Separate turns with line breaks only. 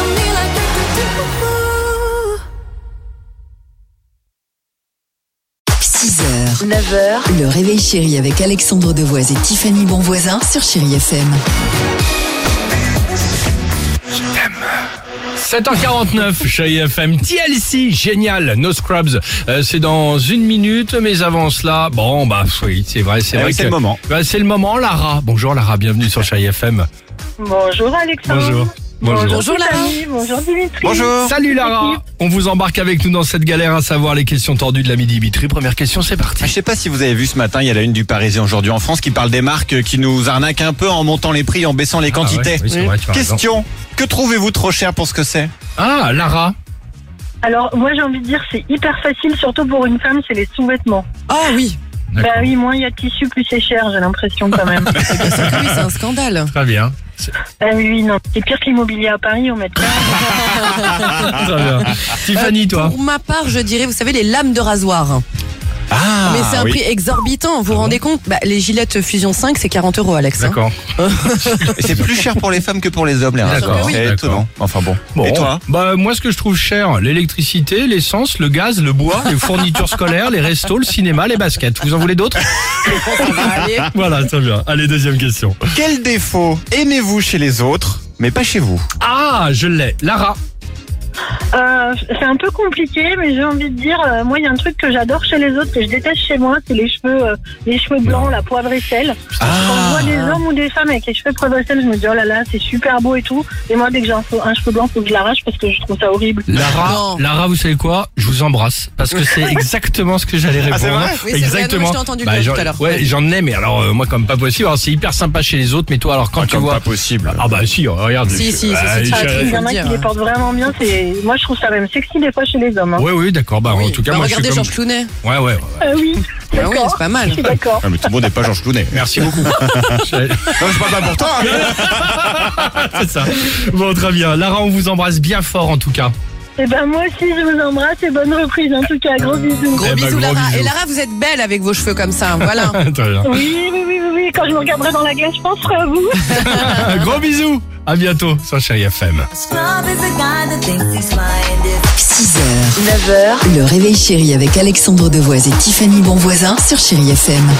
on me like do, do, do, do.
6h, 9h, le réveil chéri avec Alexandre Devoise et Tiffany Bonvoisin sur Chérie FM.
7h49, chez FM, TLC, génial, No Scrubs, Euh, c'est dans une minute, mais avant cela, bon, bah oui, c'est vrai, c'est
Eh
vrai.
oui, c'est
que-
le moment.
Bah, c'est le moment, Lara. Bonjour Lara, bienvenue sur Chez FM.
Bonjour Alexandre.
Bonjour. Bonjour.
Bonjour Tiffany. Bonjour Dimitri.
Bonjour.
Salut Lara On vous embarque avec nous dans cette galère à savoir les questions tordues de la midi bitrie. Première question, c'est
Ah, Je
parti.
sais pas si vous avez vu ce matin, il y a la une du Parisien aujourd'hui en France qui parle des marques qui nous arnaquent un peu en montant les prix, en baissant les quantités.
Ah ouais, oui, c'est vrai, tu as raison.
Question que trouvez-vous trop cher pour ce que c'est
Ah, Lara,
Alors moi j'ai envie de dire c'est hyper facile surtout pour une femme c'est les sous-vêtements.
Ah oui,
Bah
D'accord.
oui moins il y a de tissu plus c'est cher j'ai l'impression quand même.
oui, c'est un scandale.
très bien.
ah oui oui, non c'est pire que l'immobilier à Paris au mètre carré.
Ah.
Très bien. Tiffany, toi
Pour ma part, je dirais, vous savez, les lames de rasoir.
Ah,
Mais c'est un
oui.
prix exorbitant, vous vous rendez compte bah, Les gilettes Fusion 5, c'est 40 euros, Alex. hein.
D'accord.
Et c'est plus cher pour les femmes que pour les hommes, les rasoirs.
D'accord,
C'est
d'accord.
étonnant. Enfin bon. Et
hein
toi
Bah moi ce que je trouve cher, l'électricité, l'essence, le gaz, le bois, les fournitures scolaires, les restos, le cinéma, les baskets. Vous en voulez d'autres
Allez.
Voilà, très bien. Allez, deuxième question.
Quel défaut aimez-vous chez les autres, mais pas chez vous
Ah, je l'ai. Lara.
Euh, c'est un peu compliqué mais j'ai envie de dire euh, moi il y a un truc que j'adore chez les autres que je déteste chez moi c'est les cheveux euh, les cheveux blancs la poivre et sel.
Ah.
Quand je vois des hommes ou des femmes avec les cheveux poivre et sel je me dis oh là là c'est super beau et tout et moi dès que j'ai un, un cheveu blanc faut que je l'arrache parce que je trouve ça horrible.
Lara,
Non.
Lara, vous savez quoi Je vous embrasse parce que c'est exactement ce que j'allais
Ah, c'est
répondre.
vrai
Oui, c'est vrai, non,
exactement. Bah,
mais je t'ai entendu le dire
j'en-
tout à l'heure.
Ouais, j'en ai mais alors euh, moi comme pas possible. Alors c'est hyper sympa chez les autres mais toi alors quand tu
Comme
vois
pas possible.
Ah bah si, regarde.
Si,
je-
si, si,
Ah,
si,
je-
tu
Ah,
as
il y en
faut
a qui
dire. hein.
les portent vraiment bien. C'est moi, je trouve ça même sexy des fois chez les hommes. hein.
Ouais, oui, d'accord. Bah en
Oui.
tout cas
Bah,
moi je suis
regardez
comme...
Georges Clounet.
Ouais, ouais. ouais.
Ah oui,
Bah oui,
d'accord.
c'est pas mal.
Je suis d'accord.
Ah, mais tout le monde n'est pas Georges Clounet.
Merci beaucoup.
Non, je parle pas pour toi. hein.
C'est ça. Bon, très bien. Lara, on vous embrasse bien fort en tout cas.
Et ben moi aussi, je vous embrasse et bonne reprise. En tout cas, gros bisous.
Gros
Eh ben,
bisous,
gros
Lara.
bisous.
Et Lara, vous êtes belle avec vos cheveux comme ça, hein, voilà.
Très bien.
Oui, oui, oui, oui, oui. Quand je me regarderai dans la glace, je penserai à vous.
Gros bisous. À bientôt sur Chéri FM.
6h, 9h, le réveil chéri avec Alexandre Devoise et Tiffany Bonvoisin sur Chérie FM.